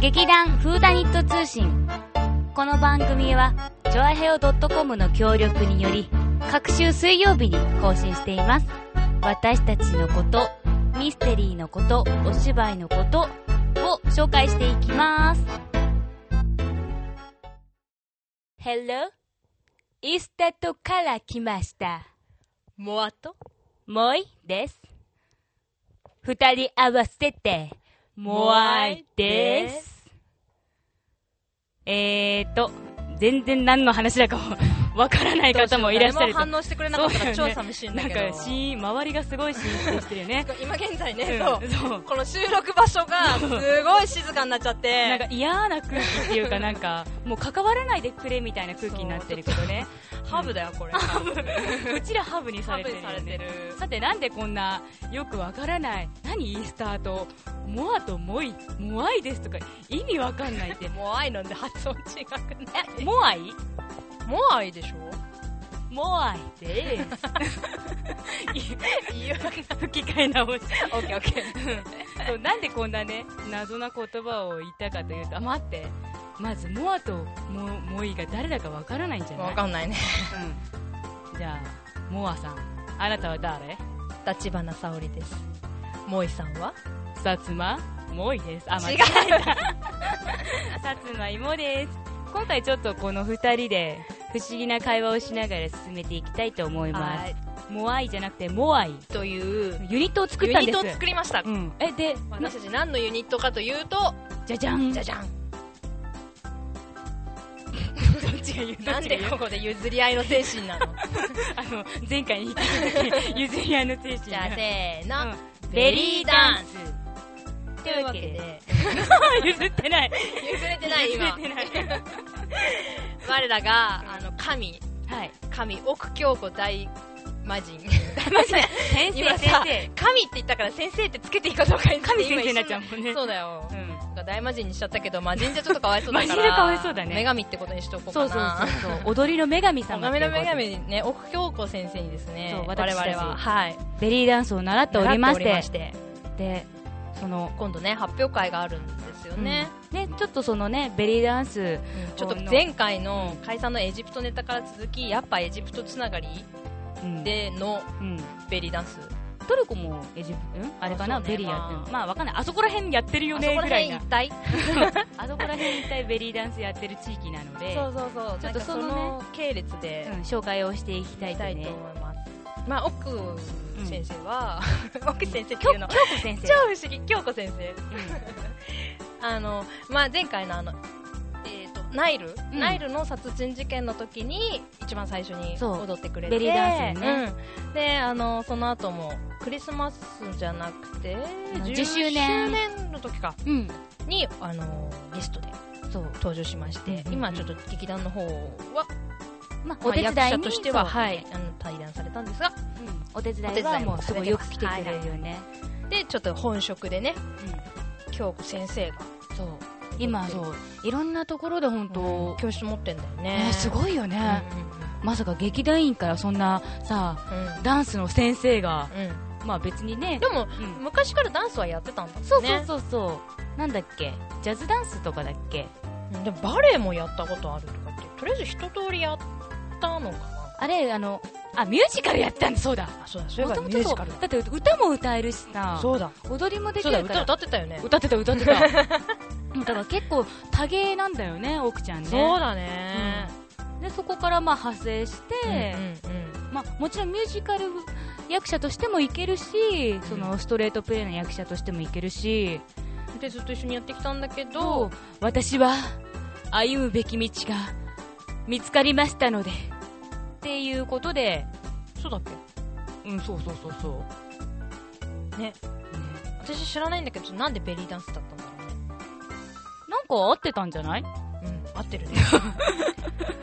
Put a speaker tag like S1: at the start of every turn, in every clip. S1: 劇団フーダニット通信この番組はジョアヘオ .com の協力により各週水曜日に更新しています私たちのことミステリーのことお芝居のことを紹介していきます Hello イスタトから来ました
S2: モアと
S1: モイです二人合わせてモアイですえーと全然何の話だかも わからない方もいらっしゃる
S2: どうしよう誰も反応してくれなかったら超寂しいんだけど
S1: なんかシーン周りがすごいシーンしてるよね
S2: 今現在ね、
S1: うん
S2: そう
S1: そう
S2: この収録場所がすごい静かになっちゃって
S1: なんか嫌な空気っていうかなんかもう関わらないでくれみたいな空気になってるけどね
S2: ハブだよ これ
S1: うちらハブにさ
S2: ハ
S1: れ
S2: ブ
S1: てる
S2: にさ
S1: よ
S2: れて
S1: ね
S2: る
S1: さてなんでこんなよくわからない何イースターとモアとモイモアイですとか意味わかんないって
S2: モアイなんで発音違くない
S1: えモアイ
S2: モアイでしょ
S1: モアイです吹き替え直し
S2: オッケーオッケー
S1: そうなんでこんなね謎な言葉を言ったかというとあ待ってまずモアとモモイが誰だかわからないん じゃない
S2: わかんないね
S1: うん、じゃあモアさんあなたは誰
S2: 立花沙織ですモイさんは
S1: 薩摩もいですあ間違
S2: 違う
S1: え た薩摩芋です今回ちょっとこの2人で不思議な会話をしながら進めていきたいと思いま
S2: い
S1: すモアイじゃなくてモアイ
S2: という
S1: ユニットを作っ
S2: ユ
S1: たん
S2: ニ
S1: で
S2: ッ
S1: す
S2: トを作りました、
S1: うん、えで
S2: 私たち何のユニットかというと
S1: じゃじゃん
S2: じゃじゃん
S1: どっちが 言うど
S2: な
S1: っ
S2: ん
S1: ちが
S2: で
S1: 言う
S2: ここで譲り合いの精神なの
S1: あの前回に引き続き 譲り合いの精神
S2: じゃあせーの、
S1: うん
S2: ベリーダン
S1: ス
S2: というわけで
S1: 譲ってない
S2: 譲れてない 今
S1: 譲ってない
S2: 我らがあの神
S1: はい
S2: 神奥京子大魔 人
S1: 先生
S2: 今
S1: 先
S2: さ
S1: 生
S2: 神って言ったから先生ってつけていいかどうかに
S1: 神先生になっちゃうもんね
S2: そうだよ
S1: う、ん
S2: なんか大魔人にしちゃったけど魔人じゃちょっとかわいそうだから
S1: 魔人じゃかわいそうだね
S2: 女神ってことにしとこう
S1: そ
S2: か
S1: うそう
S2: な
S1: そうそう踊りの女神様
S2: 女
S1: っていうこと
S2: 神の女神にね奥京子先生にですね
S1: そう
S2: 我々
S1: 私たち
S2: ははい
S1: ベリーダンスを習っておりまして
S2: 習っておりまして
S1: でその
S2: 今度ね発表会があるんですよね、
S1: うんねちょっとそのねベリーダンス
S2: うんちょっと前回の解散のエジプトネタから続きやっぱエジプトつながり
S1: うん、
S2: での
S1: うん
S2: ベリーダンス
S1: トルコもエジプト、ん、あれかな、
S2: そうね
S1: ベリーやってる
S2: まあ
S1: まあわかんないあそこら辺やってるよ
S2: あそ
S1: ね
S2: こら
S1: ぐらい
S2: 辺
S1: な
S2: 一体
S1: あそこら辺一体ベリーダンスやってる地域なので
S2: そうそうそう
S1: ち
S2: ち
S1: ょっ
S2: ょ
S1: と
S2: っと
S1: そ
S2: そ
S1: のね
S2: の系列で
S1: うん、紹介をしていき
S2: や
S1: た
S2: り
S1: いと
S2: たい
S1: ね
S2: と思います、まあ奥先生は、奥先生って
S1: 京
S2: い
S1: 子
S2: うの
S1: 京子先生
S2: 超不思議京子先生あの、まあ、前回のあの、えー、とナイル、
S1: うん
S2: ナイルの殺人事件の時に一番最初に
S1: そう
S2: 踊ってくれて
S1: ベリーダンスよね、
S2: うんであのその後もクリスマスじゃなくて
S1: 10周年
S2: 年の時か
S1: うん、うん、
S2: にあのゲストで
S1: そう
S2: 登場しまして、
S1: うんうんうん
S2: 今ちょっと劇団の方は、
S1: まあ
S2: ま
S1: お
S2: あ
S1: 手伝いに、
S2: 役者としては、
S1: そう
S2: はい、あの対談されたんですが
S1: うんお手伝
S2: お
S1: い
S2: 手
S1: は
S2: 伝いも
S1: もうすごいよく来てくれるよね、
S2: でちょっと本職でね京子先生が
S1: うん、そう今そういろんなところで本当、
S2: 教室持ってんだよね
S1: ね、す
S2: い
S1: ごいよ
S2: う
S1: ね、
S2: ん
S1: まさか劇団員からそんなさ
S2: うん
S1: ダンスの先生が
S2: うんうん
S1: まあ別にね
S2: でも
S1: うん
S2: 昔からダンスはやってたんだもんね
S1: そうそうそうそう、なんだっけジャズダンスとかだっけ
S2: うんでもバレエもやったことあるとかってとりあえず一通りやったのかな
S1: あれあのあミュージカルやってたんだそうだ
S2: あそうだそ
S1: もともとそうだ
S2: だ
S1: って歌も歌えるしさ
S2: そうだ
S1: 踊りもでき
S2: そうだ
S1: るか
S2: 歌
S1: ら
S2: 歌ってたよね
S1: 歌ってた歌ってた うんだから結構多芸なんだよね奥ちゃんね
S2: そうだね
S1: でそこからまあ派生して、
S2: うんうんうん
S1: まあ、もちろんミュージカル役者としてもいけるし、そのストレートプレイの役者としてもいけるし、
S2: でずっと一緒にやってきたんだけ
S1: どう
S2: ど
S1: 私は歩むべき道が見つかりましたのでっていうことで、
S2: そうだっ
S1: うん、そうそうそうそ
S2: けね
S1: う、ね、
S2: 私知らないんだけどなんでベリーダンスだったんだろ
S1: なんか合ってたんじゃないう
S2: ねうん合ってるね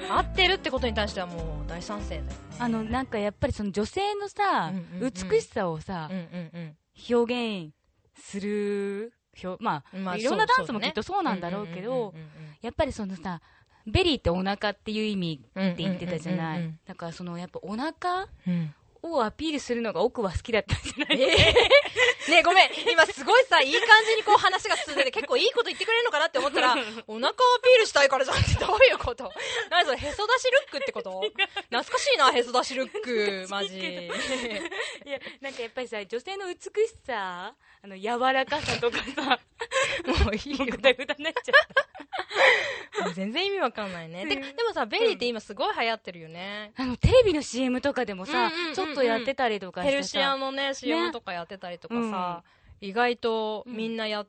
S2: 合ってるってことに対してはもう大賛成だよね
S1: あのなんかやっぱりその女性のさ、
S2: うんうんうん
S1: 美しさをさ
S2: うん、うん
S1: 表現する表まあ、
S2: うんまあ
S1: いろんな
S2: そう
S1: ダンスもきっとそうなんだろうけど、
S2: うんうんうん
S1: やっぱりそのさベリーってお腹っていう意味
S2: うん
S1: って言ってたじゃない、
S2: うんうんうん
S1: だからそのやっぱお腹
S2: うんうん
S1: をアピールするのが奥は好きだったんじゃない、
S2: ねえごめん今すごいさいい感じにこう話が進んでて結構いいこと言ってくれるのかなって思ったら お腹をアピールしたいからじゃんってどういうこと何それへそ出しルックってこと懐かしいなへそ出しルックマジ
S1: いやなんかやっぱりさ女性の美しさあの柔らかさとかさ
S2: もうい い
S1: もう
S2: よ
S1: グダグダになっちゃった
S2: 全然意味わかんないね、
S1: うん
S2: てかでもさベリーって今すごい流行ってるよね、
S1: あのテレビの CM とかでもさ、
S2: うんうんうんうん
S1: ちょっとやってたりとかして
S2: ヘ
S1: さ
S2: ルシアのね CM とかやってたりとかさ、意外とみんなや、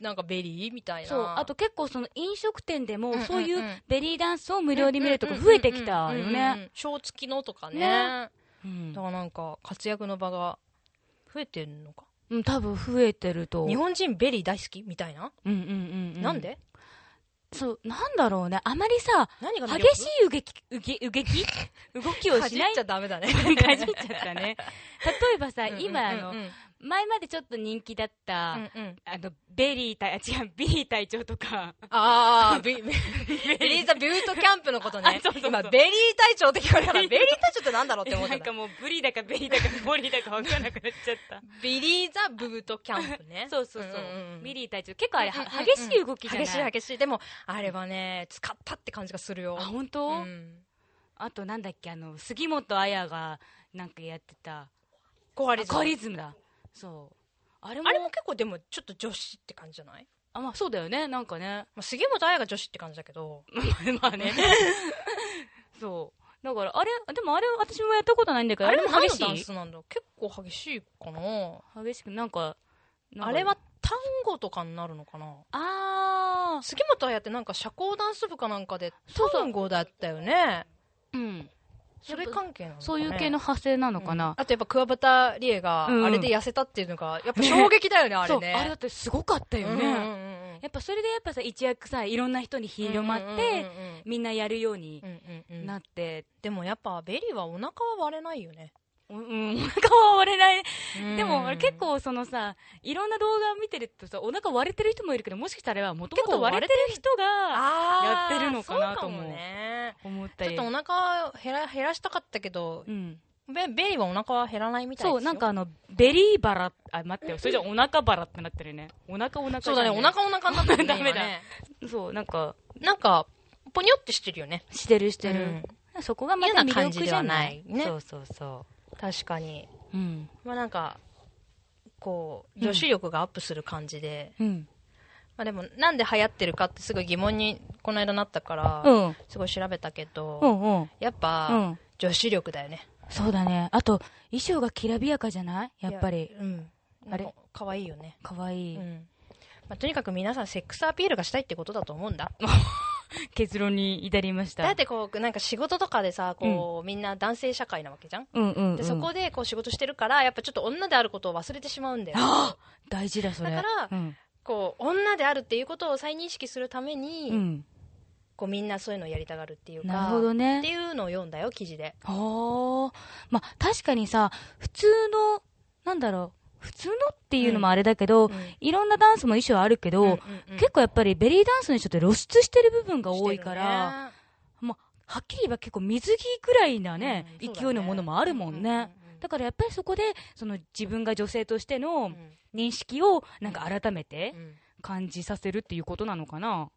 S2: なんかベリーみたいな
S1: そうあと結構その飲食店で
S2: うんうん
S1: も
S2: うん
S1: そういうベリーダンスを無料で見れるとこ増えてきたよね
S2: 小付きのとかね
S1: ね
S2: だからなんか活躍の場が増えてんのか
S1: うん多分増えてると
S2: 日本人ベリー大好きみたいな、
S1: うんうんうんう
S2: なんで
S1: そうなんだろうねあまりさ
S2: 何が
S1: 激しい受け受け受けき動きを
S2: か
S1: し
S2: じっ
S1: ない
S2: ちゃダメだ ね
S1: かじっちゃったね例えばさ今あ
S2: うんう
S1: の
S2: ん
S1: 前までちょっと人気だった、
S2: うんうん
S1: あのベリー隊あ違うビリー隊長とか
S2: ああ、ビ ビリーザビュートキャンプのこと
S1: あ
S2: ね。
S1: そうそうそう
S2: 今、ベリー隊長って聞かれたら、ベリー隊長ってなんだろうって思っ
S1: な
S2: て
S1: ん
S2: た
S1: か。もうブリだかベリーだかボリーだか分かんなくなっちゃった。
S2: ビリーザブートキャンプね
S1: そうそうそう,、
S2: んんん
S1: ビリー隊長結構あれ、は
S2: うんうんうん
S1: 激しい動きじゃない
S2: 激しい激しい。でも、あれはね、使ったって感じがするよ。
S1: あ本当、
S2: うん。
S1: あとなんだっけあの杉本彩がなんかやってた
S2: コア
S1: あ
S2: リズ
S1: コア
S2: ム。
S1: リズムだそうあれも
S2: あれも結構でも、ちょっと女子って感じじゃない
S1: あまあそうだよねなんかね
S2: まあ、杉本彩が女子って感じだけど。
S1: まあ ねそうだからあれでもあれ私もやったことないんだけど
S2: あ
S1: あ
S2: れ
S1: れ
S2: も
S1: も
S2: 激
S1: 激
S2: しいダン
S1: しい
S2: スなんだ。結構激しいかな。
S1: 激しくなんかなんか
S2: あれは単語とかになるのかな
S1: ああ
S2: 杉本彩ってなんか社交ダンス部かなんかで
S1: そうそう
S2: 単語だったよね
S1: うん
S2: それ関係なのか、ね、
S1: そういう系の派生なのかな、
S2: あとやっぱ桑畑理恵が
S1: うんうん
S2: あれで痩せたっていうのがやっぱ衝撃だよねあれ ね
S1: そうあれだってすごかったよね、
S2: うんうんうんうん
S1: やっぱそれでやっぱさ一躍さいろんな人に広まって、
S2: うん
S1: みんなやるように
S2: うんうんうん
S1: なって、
S2: でもやっぱベリーはお腹は割れないよね、
S1: おうん、お 腹は割れないでも
S2: うん
S1: 結構そのさいろんな動画見てるとさお腹割れてる人もいるけどもしかしたらあれはもとも
S2: 結
S1: と
S2: 構
S1: 割
S2: 割
S1: れ
S2: れ
S1: て
S2: て
S1: る人が
S2: あー
S1: やってるのかなと思う
S2: そうもね
S1: 思った
S2: ちょっ
S1: り
S2: とお腹減ら減らしたかったけど
S1: うん、
S2: ベベリーはお腹は減らないみたいですよ
S1: そうなんかあのベリーバラあ待ってよそれじゃお腹バラってなってるねお腹お腹
S2: そうだね
S1: じゃ
S2: お
S1: ない
S2: 腹お腹になってるね
S1: ダ メだ
S2: 今ね
S1: そうなんか
S2: なんかポニョってしてるよね
S1: してるして
S2: う
S1: る
S2: ん、
S1: そこがまた
S2: 嫌な
S1: 魅
S2: 感
S1: 力
S2: じ
S1: じ
S2: で
S1: ゃ
S2: は
S1: な
S2: ないいね
S1: そうそうそ
S2: 確かに
S1: ううん
S2: まあなんかこう
S1: うん
S2: 女子力がアップする感じで、
S1: うん
S2: まあでもなんで流行ってるかってすごい疑問にこの間なったから、
S1: うん
S2: すごい調べたけど、
S1: うんうん
S2: やっぱ、
S1: うん
S2: 女子力だよね
S1: そうだねあと衣装がきらびやかじゃないやっぱ
S2: い
S1: り
S2: やうん
S1: あれ
S2: なんか可愛いよね
S1: かわいい、
S2: うんまあ、とにかく皆さんセックスアピールがしたいってことだと思うんだ
S1: 結論に至りました
S2: だってこうなんか仕事とかでさこう、みんな男性社会なわけじゃん
S1: うんうん、うん、
S2: でそこでこう仕事してるからやっぱちょっと女であることを忘れてしまうんだよ
S1: 大事だそれ
S2: だから
S1: うん
S2: こう女であるっていうことを再認識するために、
S1: うん
S2: こうみんなそういうのをやりたがるっていうか
S1: なるほど
S2: って
S1: ね
S2: いうのを読んだよ記事で
S1: はあまあ確かにさ普通のなんだろう普通のっていうのもあれだけど、
S2: うん
S1: いろんなダンスも衣装あるけど、結構やっぱりベリーダンスの人って露出してる部分が多いから、まあ、はっきり言えば結構水着くらいなね、勢いのものもあるもんね、だからやっぱりそこでその自分が女性としての認識をなんか改めて感じさせるっていうことなのかな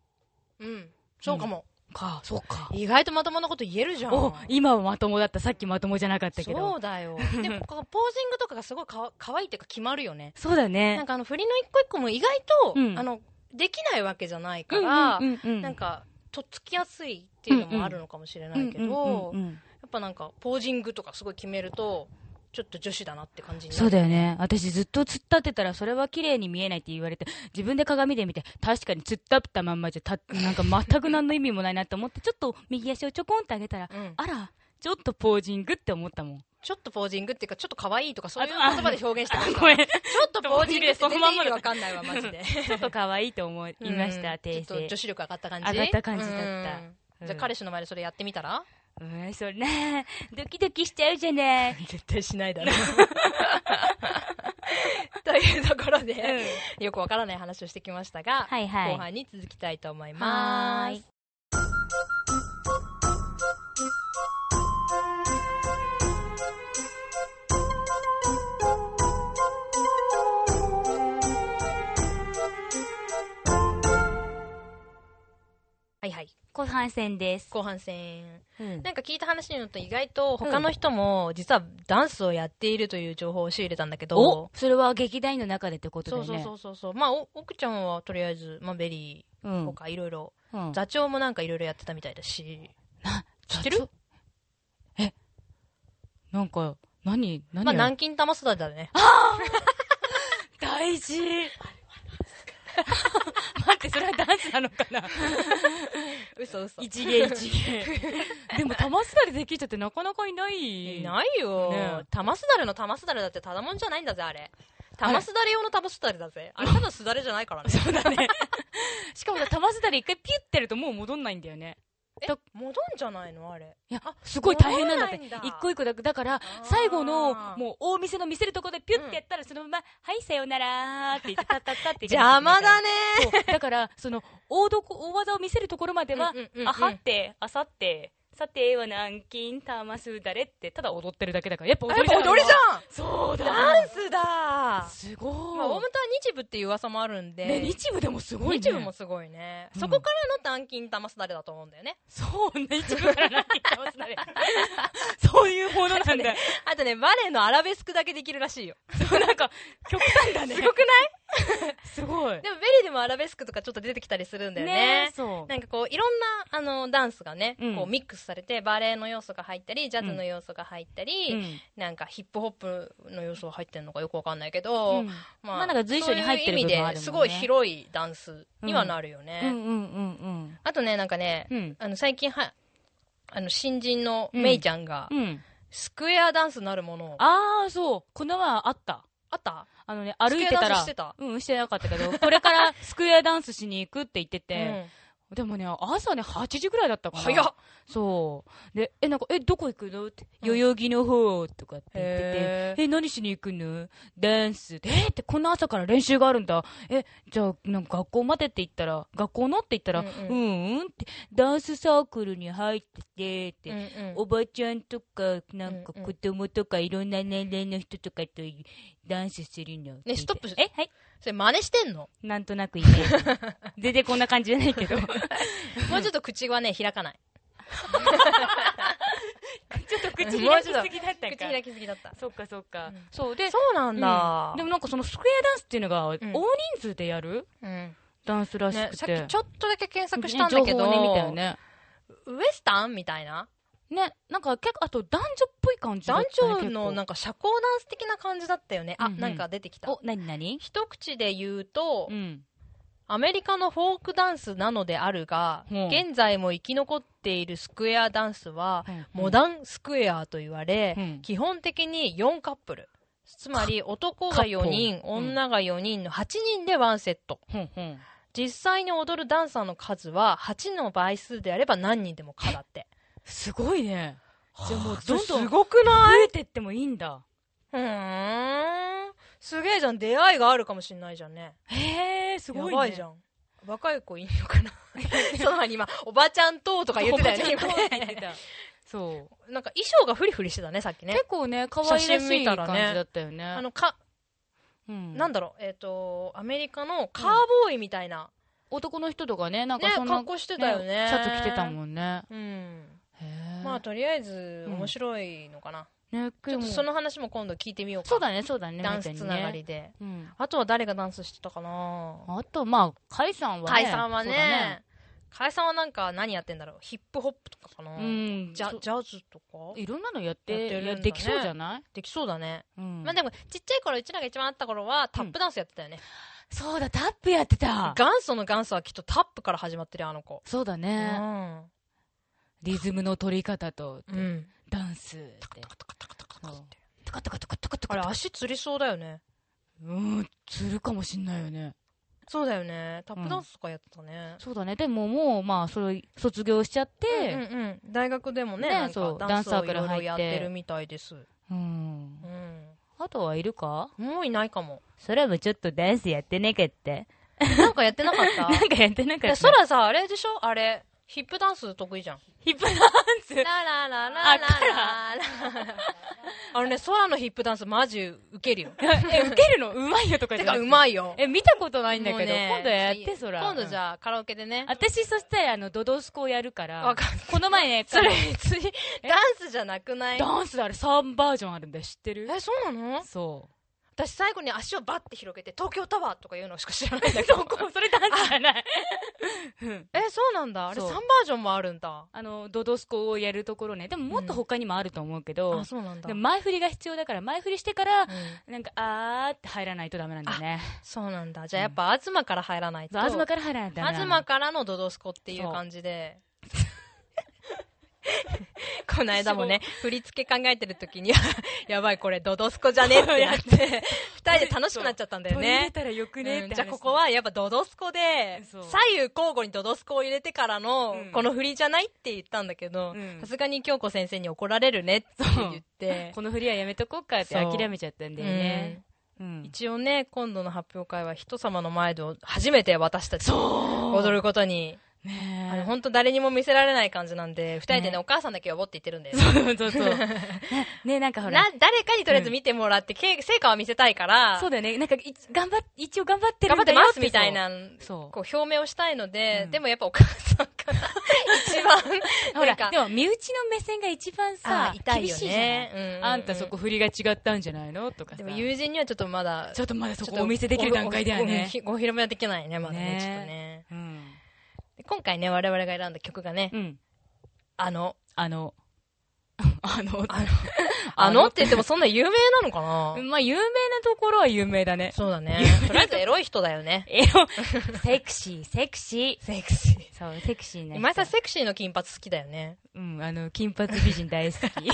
S2: うんそうかも、
S1: かそうか
S2: 意外とまともなこと言えるじゃん
S1: お今はまともだったさっきまともじゃなかったけど
S2: そうだよでもこうポージングとかがすごいかわ可愛いっていうか決まるよね
S1: そうだね
S2: なんかあの振りの一個一個も意外と、
S1: うん
S2: あのできないわけじゃないから、
S1: うんうんうんうん
S2: なんかとっつきやすいっていうのもあるのかもしれないけど、
S1: うんうんうんうん
S2: やっぱなんかポージングとかすごい決めるとちょっと女子だなって感じになる
S1: そうだよね私ずっと突っ立ってたらそれは綺麗に見えないって言われて自分で鏡で見て確かに突っ立ったまんまじゃたなんか全く何の意味もないなと思ってちょっと右足をちょこんって上げたら
S2: うん
S1: あらちょっとポージングって思ったもん
S2: ちょっとポージングっていうかちょっと可愛いとかそういう言
S1: あ
S2: 葉で表現してました
S1: ごめん
S2: ちょっとポージングって
S1: そ
S2: 全
S1: のま
S2: 然
S1: んま
S2: 意味
S1: だ
S2: わかんないわマジで
S1: ちょっと可愛いと思いました、
S2: うん
S1: 訂
S2: ちょっと
S1: 正
S2: 女子力上がった感じ
S1: 上がった感じだった
S2: うん
S1: うん
S2: じゃあ彼氏の前でそれやってみたら
S1: うんそれねドキドキしちゃうじゃない
S2: 絶対しないだろ というところで、よくわからない話をしてきましたが、
S1: はいはい
S2: 後半に続きたいと思い
S1: はー
S2: ます
S1: い
S3: 「
S1: 半戦です。
S2: 後半戦。
S1: うん
S2: なんか聞いた話によると意外と他の人も実はダンスをやっているという情報を仕入れたんだけ
S1: お
S2: ど、
S1: それは劇団員の中でってことだ
S2: そ
S1: よ
S2: う
S1: ね。
S2: そうそうそうそうまあお奥ちゃんはとりあえず、まあ、ベリ
S1: う
S2: ー
S1: ん。
S2: とかいろいろ
S1: うん、
S2: 座長もなんかいろいろやってたみたいだし、知ってる
S1: 雑え、なんか、何何、
S2: まあ南京玉育てだね
S1: 大事 待って、それはダンスなのか な
S2: 嘘嘘
S1: 一芸一芸。でも、玉すだれできる人ってなかなかいない。
S2: いないよ、
S1: ね
S2: 玉すだれの玉すだれだってただもんじゃないんだぜあれ玉すだれ用の玉すだれだぜあれただすだれじゃないから ね
S1: そうだね。しかもさ、玉すだれ一回ピュってやるともう戻んないんだよね。
S2: え
S1: だ
S2: 戻んじゃないのあれ
S1: いや
S2: あ、
S1: すごい大変なんだって。
S2: 戻らないんだ
S1: 一個一個だだから、
S2: ー
S1: 最後の、もう、大店の見せるとこでピュってやったら、そのまま、はい、さよならーって言って、たったったって。
S2: 邪魔だ
S1: ね。
S2: ね
S1: そうだから、その、大どこ、大技を見せるところまでは
S2: うんうんうんう、ん
S1: あはって、あさって、さては南京、たますだれって、ただ踊ってるだけだから、やっぱ踊
S2: やっ
S1: りだ
S2: ぱ踊りじゃん
S1: そうだ
S2: ダンスだ
S1: すごい。
S2: まあ、大本は日舞っていう噂もあるんで、
S1: ね、日部でもすごいね。
S2: 日舞もすごいね、
S1: うん
S2: そこからの南京玉すだれだと思うんだよね。
S1: そうね、一部からなって言ってますね。そういうものなんだ。
S2: あとね、バレエのアラベスクだけできるらしいよ。
S1: そう、なんか、極端だね。
S2: すごくない
S1: すごい。
S2: でもベリーでもアラベスクとかちょっと出てきたりするんだよね。
S1: えそう。
S2: なんかこういろんなあのダンスがね、
S1: うん
S2: こうミックスされてバレエの要素が入ったりジャズの要素が入ったり、
S1: うん
S2: なんかヒップホップの要素が入ってるのかよくわかんないけど、
S1: うんまあなんか随所に入ってる部分はあるもんね
S2: そういう意味ですごい広いダンスにはなるよね、
S1: うんうんうん
S2: あとねなんかね、
S1: うん。うん。
S2: あの最近はあの新人のメイちゃんが、
S1: うん。
S2: スクエアダンスなるものをあ
S1: ああ、そう。この前あった。
S2: った
S1: あのね、歩いてたら。
S2: スクエアダンスしてた
S1: うん、してなかったけど、これからスクエアダンスしに行くって言って
S2: う
S1: て、
S2: ん
S1: でもね、朝ね、8時ぐらいだったかな。
S2: 早っ
S1: そう。で、え、なんか、え、どこ行くのって、
S2: うん
S1: 代々木の方とかって言って
S2: へ
S1: て、え、何しに行くのダンスって、えって、こんな朝から練習があるんだ。え、じゃあ、なんか学校までって言ったら、学校のって言ったら、
S2: うん
S1: う、
S2: うん
S1: うん、って、ダンスサークルに入ってて、って、
S2: うんうん
S1: おばちゃんとか、なんか
S2: うんうん
S1: 子供とか、いろんな年齢の人とかとダンスするの。って言って
S2: ストップ
S1: え、はい。
S2: それ真似してんの
S1: なんとなくイメ ージ。全然こんな感じじゃないけど。
S2: もうちょっと口はね開かない
S1: ちょっと
S2: 口 開きすぎ
S1: だっ
S2: 口開きすぎだった
S1: そっかそっか、
S2: うん
S1: そうで
S2: そうな
S1: うん
S2: だ、
S1: でもなんかそのスクエアダンスっていうのが大人数でやる
S2: うん
S1: ダンスらし
S2: ね、
S1: く
S2: さ
S1: て、
S2: っきちょっとだけ検索したんだけ
S1: ね
S2: ど、
S1: 情報ね見たよね
S2: ウエスタンみたいな
S1: ねなんか結構あと男女っぽい感じだっ
S2: 男
S1: たね
S2: 女のなん
S1: 結
S2: か社交ダンス的な感じだったよね、
S1: うんうん
S2: あなんか出てきた
S1: 構お何何
S2: 一口で言うと、
S1: うん
S2: アメリカのフォークダンスなのであるが、
S1: うん
S2: 現在も生き残っているスクエアダンスは、
S1: うん
S2: モダンスクエアと言われ、
S1: うん
S2: 基本的に4カップルつまり男が4
S1: カッ
S2: 人
S1: プルうん
S2: 女が4人の8人でワンセット
S1: ほんほん
S2: 実際に踊るダンサーの数は8の倍数であれば何人でも可だって
S1: すごいねじゃあもう
S2: はあ
S1: どんどん
S2: す
S1: ごくない増えてってもいいんだ
S2: うーん。すげえじゃん。出会いがあるかもしんないじゃんね。
S1: へえす
S2: や
S1: ごいね
S2: ばいじゃん。若い子いんの かなその前に今、おばちゃんととか言ってたよね、
S1: おばちゃんと
S2: 今
S1: って言って
S2: ね。
S1: たそう
S2: なんか衣装がフリフリしてたね、さっきね
S1: 結。構ね可愛ら
S2: 写
S1: し
S2: 真見
S1: い
S2: た
S1: 感
S2: ら
S1: じ
S2: ね
S1: だったよね
S2: あの、か、
S1: うん
S2: なんだろう、えっ、と、アメリカのカーボーイみたいな、
S1: 男の人とかねなん
S2: ね
S1: かそ、んな、
S2: 格好してたよね。
S1: シャツ着てたもんね
S2: うん。
S1: へえ
S2: まあ、とりあえず、
S1: うん
S2: 面白いのかな。
S1: ね、
S2: ち
S1: で
S2: ょっ
S1: も
S2: とその話も今度聞いてみようか。
S1: そうだね、そうだね。
S2: ダンス
S1: みた
S2: つ
S1: いに
S2: な
S1: ね
S2: がり。で。
S1: うん。
S2: あとは誰がダンスしてたかな
S1: あと、まあ、カイさんはね。
S2: 解散は
S1: そうだ
S2: ね。解散はなんか何やってんだろうヒップホップとかかな、
S1: うん。
S2: ジャ
S1: そう
S2: ジャズとか
S1: いろんなのやっ
S2: やって
S1: て、
S2: るんだ
S1: や
S2: ね
S1: できそうじゃない
S2: できそうだね、
S1: うん。
S2: まあでもちっちゃい頃うちらが一番あった頃はタップダンスやってたよね、
S1: そうだ、タップやってた。
S2: 元祖の元祖はきっとタップから始まってるよあの子
S1: そうだ
S2: う
S1: ね。
S2: ん、
S1: リズムの取り方と、
S2: うん、
S1: ダンスって。
S2: タカタカタカタカタカ
S1: そ
S2: っ
S1: う
S2: て
S1: トカトカトカトカト
S2: あ
S1: カ
S2: れ
S1: トカ。
S2: 足つりそうだよね
S1: うん、するかもしんないよね。
S2: そうだよねタップダンスとかやってたね、
S1: そうだね。でももう、まあ、それ、卒業しちゃっ
S2: うん
S1: て、
S2: うんうん大学でもね
S1: ね
S2: なん
S1: そ
S2: か
S1: う
S2: ダンスをい
S1: ダ
S2: ろ
S1: ンサー
S2: いろ
S1: から
S2: や
S1: 入
S2: っ
S1: って
S2: てるみたいです、
S1: うん
S2: う。ん、
S1: あとはいるか
S2: もういないかも
S1: そらもちょっとダンスやってなかった。
S2: なんかやってなかった
S1: なんかやってなかっ
S2: いや
S1: た。
S2: そらさあれでしょあれヒップダンス得意じゃん。
S1: ヒップダンス。
S2: ララララ
S1: あカ
S2: あのね、空のヒップダンスマジウケる よ。
S1: え、受けるのうまいよとかじ
S2: て
S1: ゃな
S2: か
S1: くて
S2: うまいよ。
S1: え、見たことないんだ
S2: も
S1: け
S2: う
S1: ど、
S2: ね
S1: 今度やって、そら。
S2: 今度じ
S1: あ。
S2: ゃあカラオケでね。
S1: 私、そしたら、あの、ドドスコをやるから。
S2: わかんない
S1: この前ね、
S2: それ
S1: あの
S2: 別に
S1: え
S2: ダンスじゃなくない
S1: ダンスであれ3バージョンあるんだよ、知ってる
S2: え、そうなの
S1: そ
S2: 私最後に足をバッて広げて東京タワーとか言うのしか知らないんだ
S1: う。
S2: け
S1: そ
S2: ど。
S1: こ、それダンスじゃない。
S2: え、そうなんだ。あれ
S1: そ
S2: 3
S1: う
S2: バージョンもあるんだ。
S1: あの、ドドスコをやるところね。でも、もっと他にもあると思うけど、
S2: あ、そうなんだ。
S1: でも前振りが必要だから、前振りしてから
S2: う、ん
S1: なんか、あーって入らないとダメなんだよね。
S2: そうなんだ。じゃあやっぱ東から入らないと。
S1: そう東から入らないとダメなの
S2: 東からのドドスコっていう感じで。この間もね、振り付け考えてる時に、や やばいこれドドスコじゃねってなって、二人で楽しくなっちゃったんだよ
S1: 取り入れ
S2: ね。
S1: たらよくね
S2: う
S1: っ
S2: ん
S1: て話
S2: じゃあここはやっぱドドスコで
S1: そう
S2: 左右交互にドドスコを入れてからの
S1: うん
S2: この振りじゃないって言ったんだけど
S1: うん
S2: さすがに京子先生に怒られるねって言って
S1: この振りはやめとこうかって
S2: そう
S1: 諦めちゃったんだよね。うん
S2: 一応ね今度の発表会は人様の前で初めて私たち
S1: そう
S2: 踊ることに
S1: ね
S2: あ
S1: え
S2: の本当誰にも見せられない感じなんで二人でね
S1: ね
S2: お母さんだけ呼ぼうって言ってるんだよね
S1: そうそうそう。ねね、なんかほ
S2: な
S1: ら。
S2: 誰かにとりあえず見てもらって、け成果は見せたいから
S1: そうだよね。なんか、い頑張っ、一応頑張ってる
S2: 頑
S1: んだ
S2: 張って
S1: よ
S2: ま
S1: て
S2: すみたい。な
S1: そう
S2: こう表明をしたいので、
S1: うん
S2: でもやっぱお母さんから一番
S1: そうほ
S2: な
S1: ら
S2: んか、
S1: でも身内の目線が一番さ
S2: あ、痛
S1: 厳
S2: いよ
S1: しいじゃない
S2: ねうんうんうん
S1: あんたそこ振りが違ったんじゃないのとか
S2: で
S1: さ。
S2: も友人にはちょっとまだ
S1: ちょっとまだそ
S2: ちょっ
S1: ことお見せできる段階ではね。
S2: ごごごご披露目はできないねまだね
S1: ね
S2: ちょっとね
S1: うん。
S2: で今回ね我々が選んだ曲がね、
S1: うん。
S2: あの
S1: あの、あの、
S2: あのあのって言ってもそんな有名なのかな、
S1: まあ、有名なところは有名だね。
S2: そうだねとりあえずエロい人だよね
S1: えよ、セクシー、セクシ
S2: セクシー
S1: ー。そう、セクシーな人。
S2: 今井さんセクシーの金髪好きだよね
S1: うん、あの、金髪美人大好 き。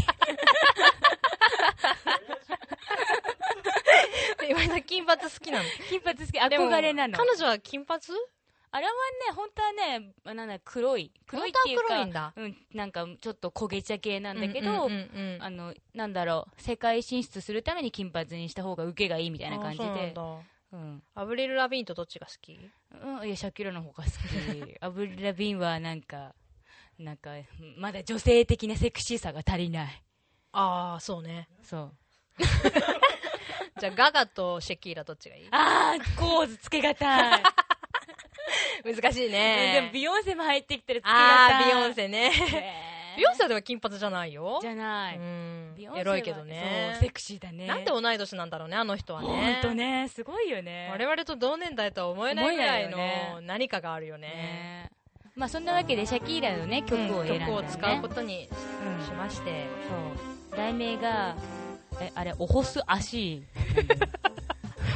S2: 今井さん金髪好き なの
S1: 金髪好き、憧れなの。
S2: 彼女は金髪
S1: あれはね、本当はね、あなんだ、黒い。黒いっていうか、
S2: 本当は黒いんだ
S1: うん、なんか、ちょっと焦げ茶系なんだけど、
S2: うんうんうんうん
S1: あの、なんだろう、世界進出するために金髪にした方が受けがいいみたいな感じ
S2: あそうなん
S1: で。
S2: だ
S1: うん。
S2: アブリル・ラビーンとどっちが好き
S1: うん、いや、シャキラの方が好き。 アブリルラビンはなんか、なんか、まだ女性的なセクシーさが足りない。
S2: ああそうね
S1: そう。
S2: じゃあガガとシェキーラどっちが いい
S1: あー、構図つけがたい。
S2: 難しい
S1: うんでも
S2: ね
S1: ビヨンセも入ってきてるつけが
S2: あ
S1: た
S2: あ
S1: い。
S2: ビヨン セね
S1: ね
S2: ビヨンセはでも金髪じゃないよ。
S1: じゃないう
S2: ん
S1: ビヨンセは
S2: エロいけどね
S1: そうセクシーだね。
S2: なんで同い年なんだろうねあの人はね
S1: 本当ね、すごいよね。
S2: 我々と同年代とは思えないぐらい
S1: 思えないよ
S2: の何かがあるよね
S1: ね。まあそんなわけでシャキーラのね曲を選んだ、ね。
S2: 曲を使うこととに
S1: うん
S2: しまして
S1: そう。題名がえあれおほす足。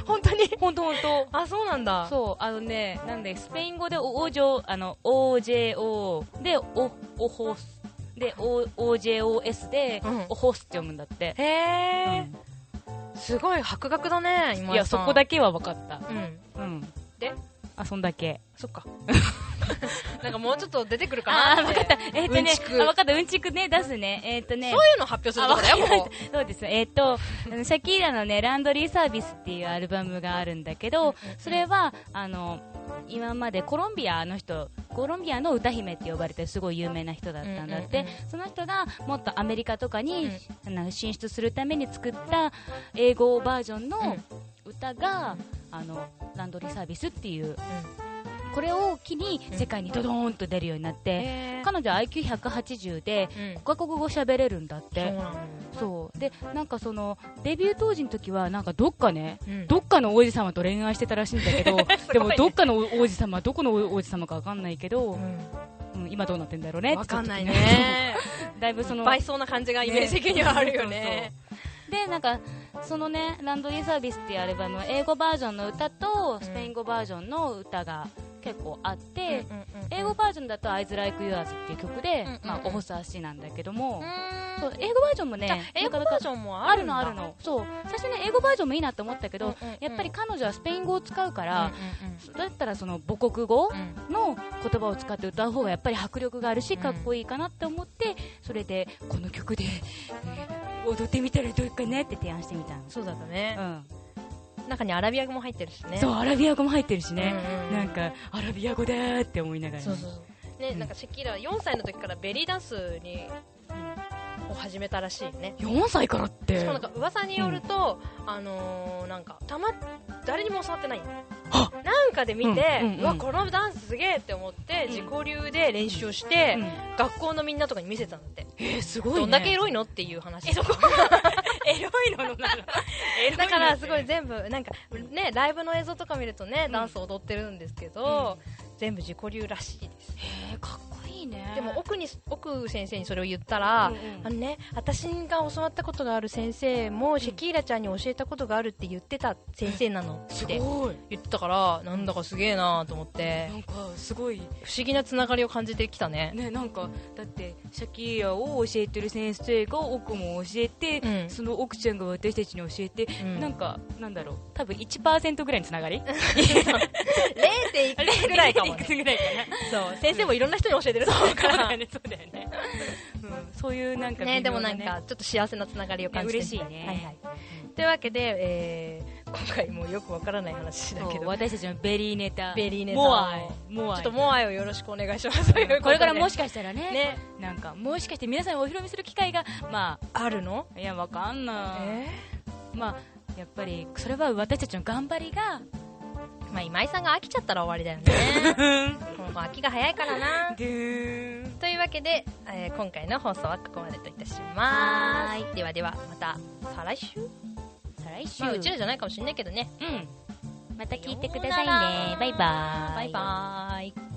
S2: 本当に
S1: 本当本当。
S2: あそうなんだ
S1: そうあのねなんでスペイン語でおおじょあの OJO でおおほすで O OJOS で、
S2: うん
S1: おほすって読むんだって。
S2: へえ、すごい博学だね今
S1: いやそこだ
S2: け
S1: けは分かった。
S2: うん
S1: うん。
S2: で
S1: あそんだけ。
S2: そっ かなんかもうちょっと出てくるか
S1: あ
S2: な
S1: あ分かった。えっ、と
S2: うん
S1: ね、
S2: ちく
S1: あ分かったうんちくね出すね。えっ、とね。
S2: そういうの発表するとこだよここ
S1: そうですえっ、とあのシャキーラのね「ランドリーサービス」っていうアルバムがあるんだけどそれはあの今までコロンビアの人コロンビアの歌姫って呼ばれてすごい有名な人だったんだって、
S2: うんうん
S1: その人がもっとアメリカとかに、あの進出するために作った英語バージョンの歌が、あのランドリーサービスっていうこれを機に世界にドドーンと出るようになって、
S2: へー
S1: 彼女は IQ180 で
S2: うん
S1: 5カ国語喋れるんだって。
S2: そうなの
S1: そうでなんかそのデビュー当時の時はなんかどっかね、
S2: うん
S1: どっかの王子様と恋愛してたらしいんだけ ど、でも
S2: ね
S1: どっかの王子様どこの王子様かわかんないけ
S2: う
S1: ど、
S2: ん
S1: うん今どうなってんだろうねって
S2: わかんない
S1: ちょっと気にる
S2: ね
S1: だいぶその
S2: 倍そうな感じがイメージ的にはあるよね
S1: そうそうそうでなんかそのねランドリーサービスっていうアルバムは英語バージョンの歌と
S2: うん
S1: スペイン語バージョンの歌が結構あって、
S2: うんうんうん
S1: 英語バージョンだと「Eyes Like Yours」っていう曲で、
S2: うんうんうん
S1: まあ、おほさしなんだけども、
S2: うん
S1: そう英語バージョンもね
S2: あ英
S1: なかな
S2: 語バ
S1: か
S2: ージョンも
S1: あ
S2: あ
S1: る
S2: るん
S1: の
S2: だ
S1: あるのそう最初ね英語バージョンもいいなと思ったけど、
S2: うんうんうん
S1: やっぱり彼女はスペイン語を使うか
S2: うん
S1: ら、だったらその母国語
S2: うんうん
S1: の言葉を使って歌う方がやっぱり迫力があるし
S2: うん
S1: かっこいいかなって思ってそれでこの曲で、えー踊ってみたらどうかねって提案してみたんです、
S2: そうだった
S1: う
S2: ね
S1: ん
S2: 中にアラビア語も入ってるしね
S1: そうアラビア語も入ってるしね、
S2: うんうん
S1: なんかアラビア語だーって思いながらね、
S2: そうそうそうね、なんかシキーラ4歳の時からベリーダンスにを始めたらしいね
S1: 4歳からって
S2: しかもなんか噂によると、あのーなんかたま誰にも教わってないの
S1: あ
S2: なんかで見て、
S1: う
S2: うん
S1: うんうん
S2: わこのダンスすげえって思って、
S1: うん
S2: 自己流で練習して、
S1: うん
S2: 学校のみんなとかに見せたんだって、
S1: えー、すごい、ね、
S2: どんだけエロいのっていう話
S1: え そこエロいのなのエロい の
S2: だからすごい全部なんかねライブの映像とか見るとねダンス踊ってるんですけど、全部自己流らしいです、
S1: えー、かっこいいね
S2: でも奥に奥先生にそれを言ったら、
S1: うんうん
S2: あのね、私が教わったことがある先生もシェキーラちゃんに教えたことがあるって言ってた先生なの
S1: す
S2: って
S1: ごい
S2: 言ってたからなんだかすげえなと思って
S1: なんかすごい
S2: 不思議なつながりを感じてきたね
S1: ねなんかだってシャキーラを教えてる先生が奥も教えて、
S2: うん
S1: その奥ちゃんが私たちに教えて、
S2: うん
S1: なんかなんだろう多分1%ぐらいのつながり
S2: 0.1
S1: 0.1
S2: くらいかもね
S1: くぐらいか
S2: そう 先生もいろんな人に教えてるそう
S1: なそう だよねそうだよね、うん、そういうなんか
S2: ね
S1: 微
S2: で
S1: 妙
S2: もな
S1: ね
S2: んかちょっと幸せなつながりを感じて
S1: ね嬉しいね
S2: はいはい、というわけで、えー今回もうよくわからない話だけ
S1: そう
S2: どち
S1: 私たちのベリーネタ
S2: ベリーネタ
S1: モアイモ
S2: ょ
S1: ア
S2: っ
S1: イ
S2: とモアイをよろしくお願いしますということで
S1: これからもしかしたらね
S2: ね
S1: なんかもしかして皆さんにお披露目する機会がま
S2: あるの
S1: あいやわかんない、
S2: え
S1: まあやっぱりそれは私たちの頑張りが
S2: ーまあ今井さんが飽きちゃったら終わりだよね もう飽きが早いからなというわけで、えー今回の放送はここまでといたします
S1: は
S2: ではではまた再来週、
S1: 再来週、
S2: まあ、うちらじゃないかもしれないけどね
S1: うんまた聞いてくだ
S2: さ
S1: さい
S2: ような
S1: ね
S2: ら
S1: バイバーイ
S2: バイバーイ